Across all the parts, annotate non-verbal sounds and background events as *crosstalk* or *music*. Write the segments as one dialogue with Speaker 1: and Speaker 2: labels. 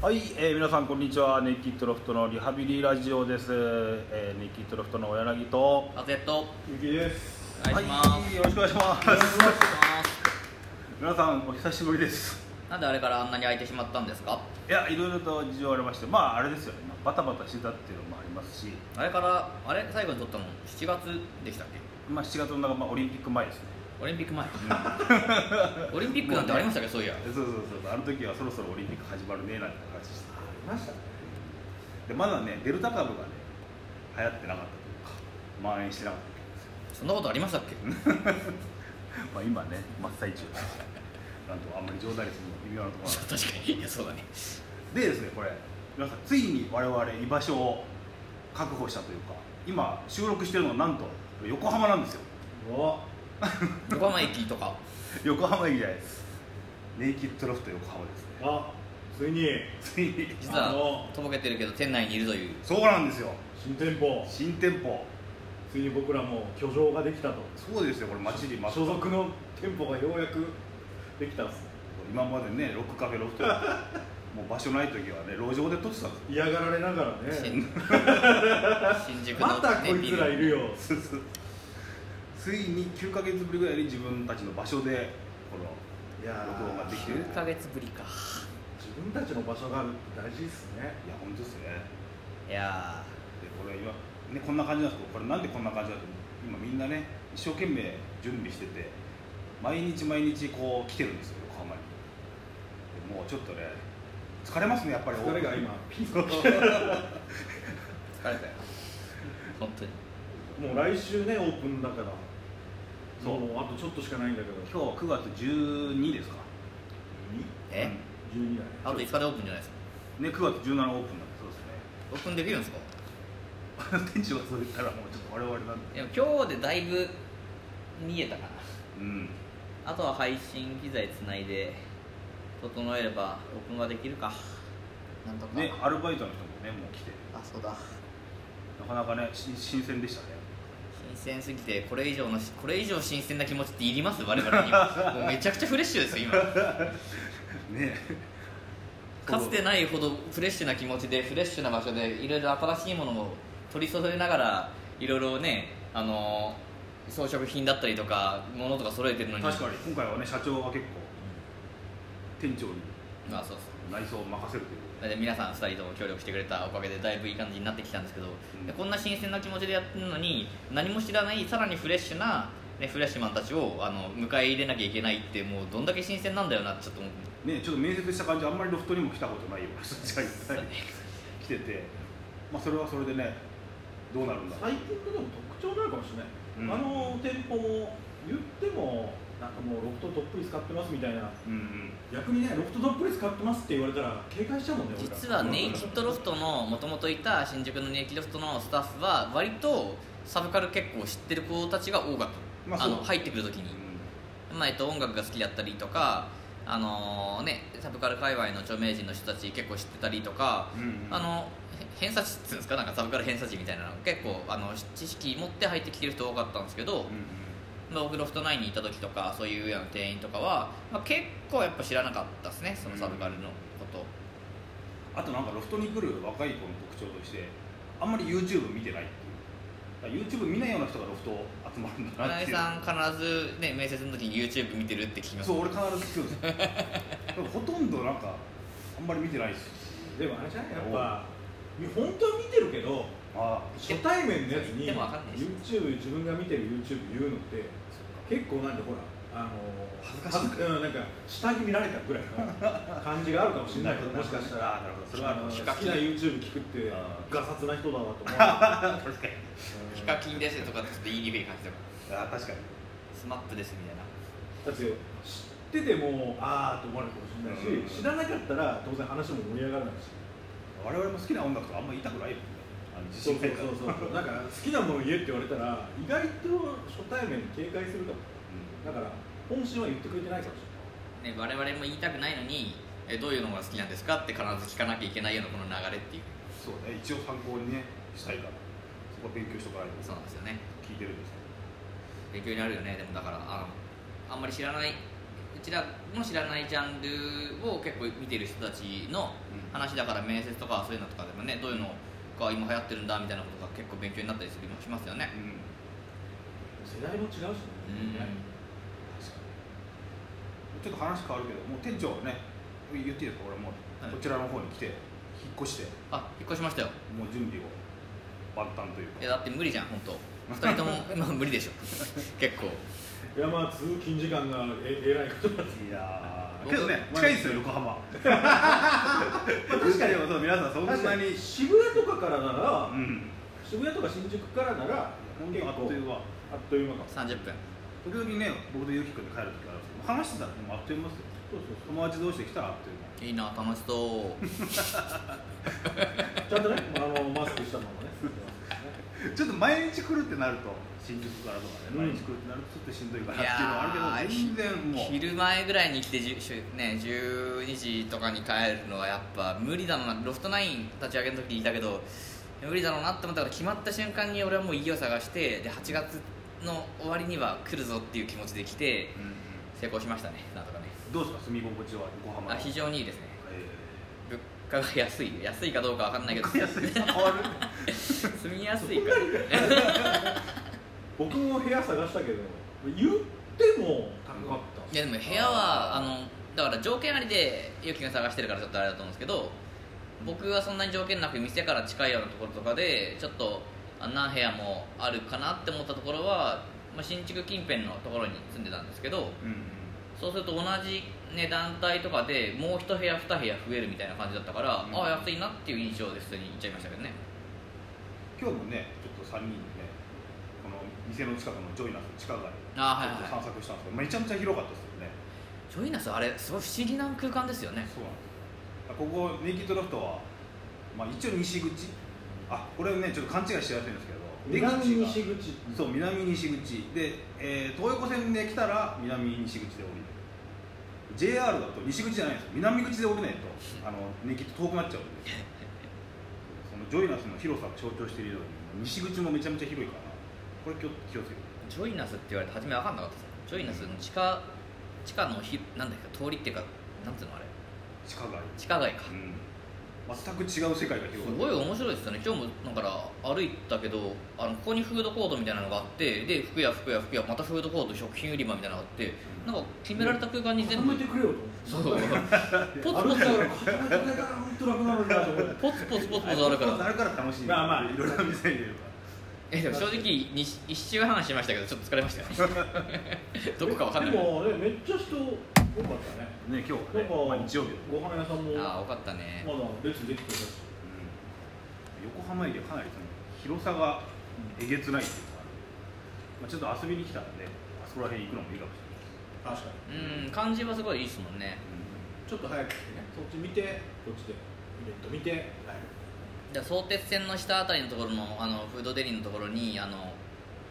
Speaker 1: はい、えー皆さんこんにちはネイキッドロフトのリハビリラジオです、えーネイキッドロフトの小柳とお
Speaker 2: アゼット
Speaker 3: ゆきです。
Speaker 2: お願いします、
Speaker 1: はい、よろしくお願いします
Speaker 2: お願いします
Speaker 1: 皆さんお久しぶりです
Speaker 2: なんであれからあんなに空いてしまったんですか
Speaker 1: いやいろいろと事情ありましてまああれですよねバタバタしてたっていうのもありますし、
Speaker 2: あれからあれ最後に撮ったの7月でしたっけ
Speaker 1: まあ、7月の中、まあ、オリンピック前ですね
Speaker 2: オリンピック前オリンピックなんてありましたっけそういや
Speaker 1: そうそうそうあの時はそろそろオリンピック始まるねなんて話して
Speaker 3: ありましたね。
Speaker 1: でまだねデルタ株がね流行ってなかったというか蔓延してなかったというか
Speaker 2: そんなことありましたっけ
Speaker 1: まあ今ね真っ最中 *laughs* なんとあんまり冗談にするのも微妙なところなんで
Speaker 2: 確かにいやそうだね
Speaker 1: でですねこれ皆さんついに我々居場所を確保したというか今収録してるのはなんと横浜なんですよ *laughs*
Speaker 3: お、
Speaker 2: 横浜駅とか
Speaker 1: 横浜駅じゃないですネイキッドロフト横浜ですね
Speaker 3: あ、ついに
Speaker 1: ついに *laughs*
Speaker 2: 実
Speaker 3: あ
Speaker 2: は
Speaker 3: の
Speaker 2: とぼけてるけど店内にいるという
Speaker 1: そうなんですよ
Speaker 3: 新店舗。
Speaker 1: 新店舗
Speaker 3: ついに僕らも居城ができたと。
Speaker 1: そうですよこれ街にま
Speaker 3: 所属の店舗がようやくできたっす。
Speaker 1: 今までねロックカフェロフトもう場所ない時はね路上で撮ってたんです
Speaker 3: 嫌がられながら *laughs* ね。
Speaker 2: 新新宿の、
Speaker 3: またこいつらいるよ。
Speaker 1: ついに9ヶ月ぶりぐらいに自分たちの場所でこの
Speaker 3: いや
Speaker 1: 録音が
Speaker 3: ー
Speaker 1: できてる
Speaker 2: 9ヶ月ぶりか
Speaker 3: 自分たちの場所があるって大事ですね。
Speaker 1: いや本当ですね
Speaker 2: いや
Speaker 1: でこれ今ねこんな感じなんですけどこれなんでこんな感じだと今みんなね一生懸命準備してて毎日毎日こう来てるんですよ横浜にでもうちょっとね疲れますねやっぱり
Speaker 3: 疲れが今ピーク。
Speaker 2: ー疲れたよ本当に
Speaker 3: もう来週ねオープンだから。
Speaker 1: そ
Speaker 3: も
Speaker 1: う
Speaker 3: うあとちょっとしかないんだけど。
Speaker 1: 今日9月12ですか
Speaker 2: え
Speaker 3: 十二だね。
Speaker 2: あと5日でオープンじゃないですか
Speaker 1: ね9月17オープンなんでそうですね *laughs*
Speaker 2: オープンできるんですか
Speaker 1: 店長がそう言ったらもうちょっと我々なんで
Speaker 2: でも今日でだいぶ見えたかな
Speaker 1: うん
Speaker 2: あとは配信機材つないで整えればオープンはできるかなんとか
Speaker 1: ねアルバイトの人もねもう来て
Speaker 2: あそうだ
Speaker 1: なかなかねし新鮮でしたね
Speaker 2: 新鮮すぎてこれ以上のしこれ以上新鮮な気持ちっていります我々には
Speaker 1: *laughs*
Speaker 2: もうめちゃくちゃフレッシュですよ今
Speaker 1: ね
Speaker 2: かつてないほどフレッシュな気持ちでフレッシュな場所でいろいろ新しいものを取り揃えながらいろいろねあのー装飾品だったりとか物とか揃えてるのに
Speaker 1: 確かに今回はね社長が結構店長に
Speaker 2: まあそうそう
Speaker 1: 内装を任せるという
Speaker 2: で皆さん2人とも協力してくれたおかげでだいぶいい感じになってきたんですけど、
Speaker 1: ん
Speaker 2: でこんな新鮮な気持ちでやってるのに何も知らないさらにフレッシュな、ね、フレッシュマンたちをあの迎え入れなきゃいけないってもうどんだけ新鮮なんだよなってちょっと思って
Speaker 1: ねちょっと面接した感じあんまりロフトにも来たことないような人たちがいっぱい来てて、まあ、それはそれでねどうなるんだろう
Speaker 3: 最近のでも特徴なのかもしれない、
Speaker 1: うん
Speaker 3: あの店舗も言ってもなんかもうロフトどっぷり使ってますみたいな
Speaker 1: うんうん
Speaker 3: 逆にねロフトどっぷり使ってますって言われたら警戒しちゃうもんね俺ら
Speaker 2: 実はネイキッドロフトのもともといた新宿のネイキッドロフトのスタッフは割とサブカル結構知ってる子たちが多かった、
Speaker 1: まあ
Speaker 2: あ、
Speaker 1: そう
Speaker 2: の入ってくる時に。まあえっと、音楽が好きだったりとか、あのね、サブカル界隈の著名人の人たち結構知ってたりとか、
Speaker 1: うんうん
Speaker 2: あのへ偏差値っつうんですかなんかサブカル偏差値みたいなの結構あの知識持って入ってきてる人多かったんですけど、
Speaker 1: うん
Speaker 2: まあ、僕ロフト9にいた時とかそういうような店員とかは、まあ、結構やっぱ知らなかったですねそのサブカルのこと、
Speaker 1: あとなんかロフトに来る若い子の特徴としてあんまり YouTube 見てないっていうだから YouTube 見ないような人がロフト集まるんだなっ
Speaker 2: 金
Speaker 1: てい
Speaker 2: 井
Speaker 1: う
Speaker 2: さん必ず、ね、面接の時に YouTube 見てるって聞きます
Speaker 1: そう俺必ず聞くん *laughs* ですよでもほとんどなんかあんまり見てないし
Speaker 3: でもあれじゃないやっぱ本当は見てるけど
Speaker 1: あ
Speaker 3: 初対面のやつに
Speaker 2: でもわかんないし
Speaker 3: YouTube 自分が見てる YouTube 言うのって結構なんでほらあの恥ず
Speaker 1: かしい
Speaker 3: うんなんか下に見られたぐらいの感じがあるかもしれ *laughs* ないけど
Speaker 1: なる
Speaker 3: も
Speaker 1: ほ
Speaker 3: し
Speaker 1: ど
Speaker 3: かしたら
Speaker 1: なるほどそれはあるか
Speaker 3: あの
Speaker 1: も
Speaker 3: 好
Speaker 2: し
Speaker 3: き
Speaker 2: れない
Speaker 3: な YouTube 聞くって
Speaker 1: あ
Speaker 3: ガサツな人だなと思う
Speaker 1: あ *laughs* 確かに
Speaker 2: ヒカキンですとかってちょっと言いにくい感じとか
Speaker 1: あー確かに
Speaker 2: スマップですみたいな
Speaker 3: だって知っててもああと思われるかもしれないし、
Speaker 1: うん
Speaker 3: 知らなかったら当然話も盛り上がらないし
Speaker 1: 我々も好きな音楽とかあんまり言いたくないよねあの自
Speaker 3: そう
Speaker 1: 信
Speaker 3: そ
Speaker 1: ないから
Speaker 3: うそうそうなんか好きなもの言えって言われたら意外と初対面に警戒するかも
Speaker 1: う
Speaker 3: だから本心は言ってくれてないかもしれない
Speaker 2: ね、我々も言いたくないのにえどういうのが好きなんですかって必ず聞かなきゃいけないようなこの流れっていうん
Speaker 1: そうね一応参考にねしたいからそこは勉強しとかない
Speaker 2: そ
Speaker 1: と
Speaker 2: うなんですよね
Speaker 1: 聞いてるんです
Speaker 2: 勉強になるよねでもだからあのあんまり知らないちらの知らないジャンルを結構見てる人たちの話だから面接とかそういうのとかでもねどういうのが今流行ってるんだみたいなことが結構勉強になったりするしますよね
Speaker 1: うん
Speaker 3: 世代も違うし
Speaker 1: 確かに
Speaker 3: ね、
Speaker 1: ちょっと話変わるけどもう店長ね言っていいですか俺もう、
Speaker 2: はい
Speaker 1: こちらの方に来て引っ越して
Speaker 2: あ引っ越しましたよ
Speaker 1: もう準備を万端というか
Speaker 2: いやだって無理じゃん本当二人とも *laughs* まあ無理でしょ結構
Speaker 3: いやまあ通勤時間がええらいこと
Speaker 1: いやー
Speaker 2: 僕
Speaker 1: けどね近いですよ横 *laughs* 浜確かにそう皆さんそん
Speaker 3: 確か
Speaker 1: な
Speaker 3: に
Speaker 1: に
Speaker 3: 渋谷とかからなら、
Speaker 1: うん
Speaker 3: 渋谷とか新宿からなら
Speaker 1: 本
Speaker 3: 結
Speaker 1: 当あ
Speaker 3: 構
Speaker 1: っという間
Speaker 3: あっという間かも
Speaker 2: 30分
Speaker 1: 時々ね僕とゆうきくんで帰る時あるんですけど話してたらもうあっという間ですよ
Speaker 3: そうそう
Speaker 1: 友達同士で来たらあっという間
Speaker 2: いいな楽しそう
Speaker 3: そうちゃんとねあのマスクしたままね
Speaker 1: ちょっと毎日来るってなると新宿からとかね、
Speaker 3: うん
Speaker 1: 毎日来るってなるとちょっとしんどいかなっていうのはあるけど全
Speaker 2: いやー
Speaker 1: 然もう
Speaker 2: 昼前ぐらいに来てじゅしゅ、ね、12時とかに帰るのはやっぱ無理だろうなロフトナイン立ち上げの時にいたけど無理だろうなって思ったから決まった瞬間に俺はもう家を探してで8月の終わりには来るぞっていう気持ちで来て
Speaker 1: うんうん
Speaker 2: 成功しましたねなんとかね
Speaker 1: どうですか住み心地は横浜
Speaker 2: あ非常にいいですね
Speaker 1: え
Speaker 2: 物価が安い安いかどうかわかんないけど
Speaker 1: ー、安い変わる
Speaker 2: *laughs* 住みやすいから
Speaker 3: 僕も部屋探したけど言っても
Speaker 1: 高かっ
Speaker 2: いやでも部屋はあのだから条件ありでゆきが探してるからちょっとあれだと思うんですけど僕はそんなに条件なく店から近いようなところとかでちょっとあ何部屋もあるかなって思ったところは、まあ、新築近辺のところに住んでたんですけど
Speaker 1: うんうん
Speaker 2: そうすると同じ値段帯とかでもう一部屋二部屋増えるみたいな感じだったから、
Speaker 1: うん
Speaker 2: ああ安いなっていう印象で普通に行っちゃいましたけどね
Speaker 1: 今日もねちょっと3人でねこの店の近くのジョイナスの地下街ちょ
Speaker 2: ああはい
Speaker 1: っと
Speaker 2: はい
Speaker 1: 散策したんですけど、めちゃめちゃ広かったですよね
Speaker 2: ジョイナスあれすごい不思議な空間ですよね
Speaker 1: そうなんですよここネイキッドロフトは、まあ、一応西口あこれねちょっと勘違いしやすいんですけど出口が
Speaker 3: 南西口
Speaker 1: そう南西口で、えー東横線で来たら南西口で降りる JR だと西口じゃないんですよ南口で降りないとあのネキッと遠くなっちゃうんでそのジョイナスの広さを象徴しているように西口もめちゃめちゃ広いからこれ気を気をつけて
Speaker 2: ジョイナスって言われて初め分かんなかったですジョイナスの地下地下のひなんだっけ通りっていうかなんていうのあれ
Speaker 1: 地下街
Speaker 2: 地下街か
Speaker 1: うん全く違う世界が広がって
Speaker 2: す
Speaker 1: る
Speaker 2: ごい面白いですよね今日もだから歩いたけどあのここにフードコートみたいなのがあってで服や服や服やまたフードコート食品売り場みたいなのがあってなんか決められた空間に全部
Speaker 3: めてくれよと
Speaker 2: そうポツポツ
Speaker 3: 歩きながら固めてくれたら本当楽なのになと思って
Speaker 2: ポツポツポツポツあるか
Speaker 1: あ
Speaker 2: ら
Speaker 1: るから楽しい
Speaker 3: まあまあ
Speaker 1: いろいろ店にいるか
Speaker 2: えでも正直に一周半しましたけどちょっと疲れましたね *laughs* どこか分かんない
Speaker 3: でもねめっちゃ人多かったね
Speaker 1: らね今日
Speaker 3: な
Speaker 1: はね
Speaker 3: んか、
Speaker 1: まあ日曜日だ
Speaker 3: ご飯屋さんも
Speaker 2: ああ分かったね
Speaker 3: まだ列できてたし、
Speaker 1: うん横浜駅はかなりその広さがえげつないっていうか、まあ、ちょっと遊びに来たらねあそこら辺行くのもいいかもしれない
Speaker 3: 確か
Speaker 2: うん感じはすごいいいですもんね
Speaker 3: にちょっと早く来てねそっち見てこっちでイベント見て帰る
Speaker 2: じゃあ相鉄線の下あたりのところのあのフードデリのところにあの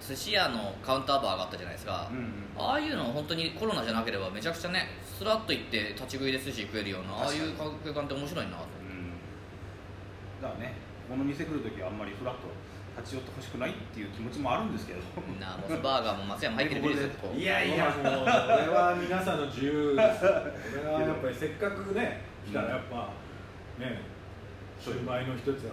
Speaker 2: 寿司屋のカウンターバーがあったじゃないですか、
Speaker 1: うんうん
Speaker 2: ああいうの本当にコロナじゃなければめちゃくちゃねスラッと行って立ち食いで寿司食えるようなああいう空間って面白いなと
Speaker 1: うんだからねこの店来るときはあんまりフラッと立ち寄ってほしくないっていう気持ちもあるんですけど
Speaker 2: みんなもうバーガーも松山入ってるビルですよここ
Speaker 1: *laughs* いやいや
Speaker 3: もうこれは皆さんの自由ですこれはやっぱりせっかくね来たらやっぱねシュウマイの一つや二つ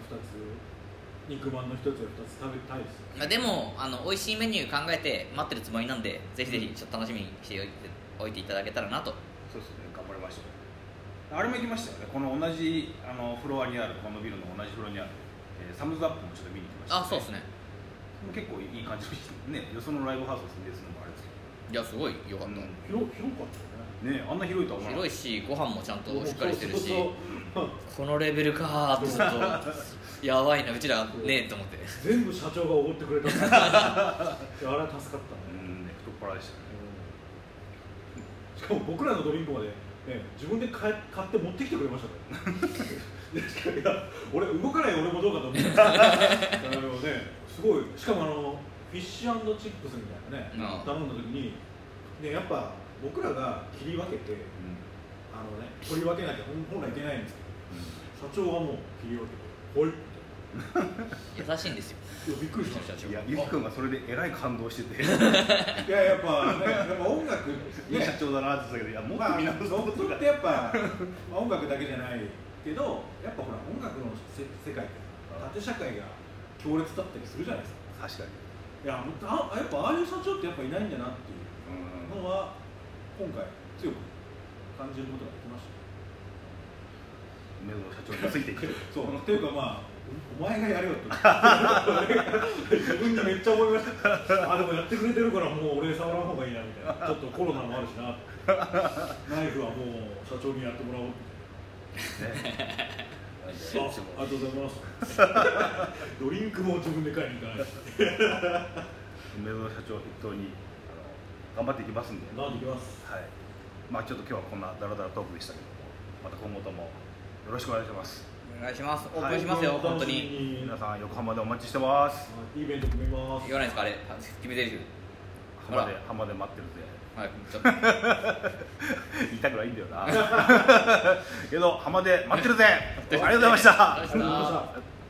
Speaker 3: 肉まんの一つや二つ食べたいですよ
Speaker 2: まあでもあの美味しいメニュー考えて待ってるつもりなんでぜひぜひちょっと楽しみにしておいておいていただけたらなと
Speaker 1: そうですね頑張りましょうあれも行きましたよねこの同じあのフロアにあるこのビルの同じフロアにある、えーサムズアップもちょっと見に行きました、
Speaker 2: あそうですね
Speaker 1: 結構いい感じの人ねよそのライブハウスを住んでするのもあれですけど
Speaker 2: いやすごいよかった、
Speaker 1: う
Speaker 3: 広広かった
Speaker 1: んねあんな広いとは思わなかった
Speaker 2: 広いしご飯もちゃん
Speaker 3: よね
Speaker 2: としっかりしてるし
Speaker 3: そうそうそ
Speaker 2: こ
Speaker 3: う
Speaker 2: のレベルかーってちょっとやばいなうちらねえと思って
Speaker 3: 全部社長がおごってくれたいやあれは助かったね
Speaker 1: うんね太っ腹でしたね
Speaker 3: しかも僕らのドリンクまで、ね、自分で買え買って持ってきてくれましたからねいや俺動かない俺もどうかと思 *laughs* ってあのねすごいしかもあのフィッシュチップスみたいなね
Speaker 2: うん
Speaker 3: 頼んだ時に、ね、やっぱ僕らが切り分けてあの、ね、取り分けなきゃ本本来いけないんですけど社長はもう切り分けて「ほい」って
Speaker 2: 優しいんですよ
Speaker 3: い *laughs* やびっくりし
Speaker 2: こ
Speaker 3: ま
Speaker 2: の
Speaker 3: し
Speaker 2: 人たち
Speaker 1: いや
Speaker 2: は
Speaker 1: ゆきくんがそれでえらい感動
Speaker 2: *laughs*
Speaker 1: してて
Speaker 3: たいややっぱねやっぱ音 *laughs* 楽
Speaker 1: いい
Speaker 3: ね
Speaker 1: 社長だなって言ってたけどいやもっ
Speaker 3: ま
Speaker 1: と
Speaker 3: あ、
Speaker 1: みんな
Speaker 3: ロフトってやっぱ、まあ、音楽だけじゃないけどやっぱほら音楽のせ世界って縦社会が強烈だったりするじゃないです
Speaker 1: 確か
Speaker 3: か
Speaker 1: に
Speaker 3: いやもうあやっぱああいう社長ってやっぱいないんだなっていう
Speaker 1: うん
Speaker 3: のは今回強く感じることができました
Speaker 1: 目の社長についていく
Speaker 2: *laughs*
Speaker 3: そうっていうかまあおお前がやれよって *laughs* 自分にめっちゃ思いましたあでもやってくれてるからもう俺触らん方がいいなみたいなちょっとコロナもあるしなナイフはもう社長にやってもらおうってあありがとうございます。ドリンクも自分で買いに行かないし。
Speaker 1: 梅園社長を筆頭にあの頑張っていきますんで、はい
Speaker 3: 頑張ってきます。
Speaker 1: まあ、ちょっと今日はこんなダラダラトークでしたけどもまた今後ともよろしくお願いします
Speaker 2: お願いしますオープンしますよ、本当に
Speaker 3: に
Speaker 1: 皆さん横浜でお待ちしてます
Speaker 3: イベント組みます。
Speaker 2: 言わないですかあれ決めてる
Speaker 1: 浜
Speaker 2: あ
Speaker 1: で
Speaker 2: ら
Speaker 1: 浜で待って *laughs*
Speaker 2: はいちょっと
Speaker 1: るぜ言いたくないんだよ *laughs* なけど浜で待ってるぜありがとうございました
Speaker 2: ありがとうございました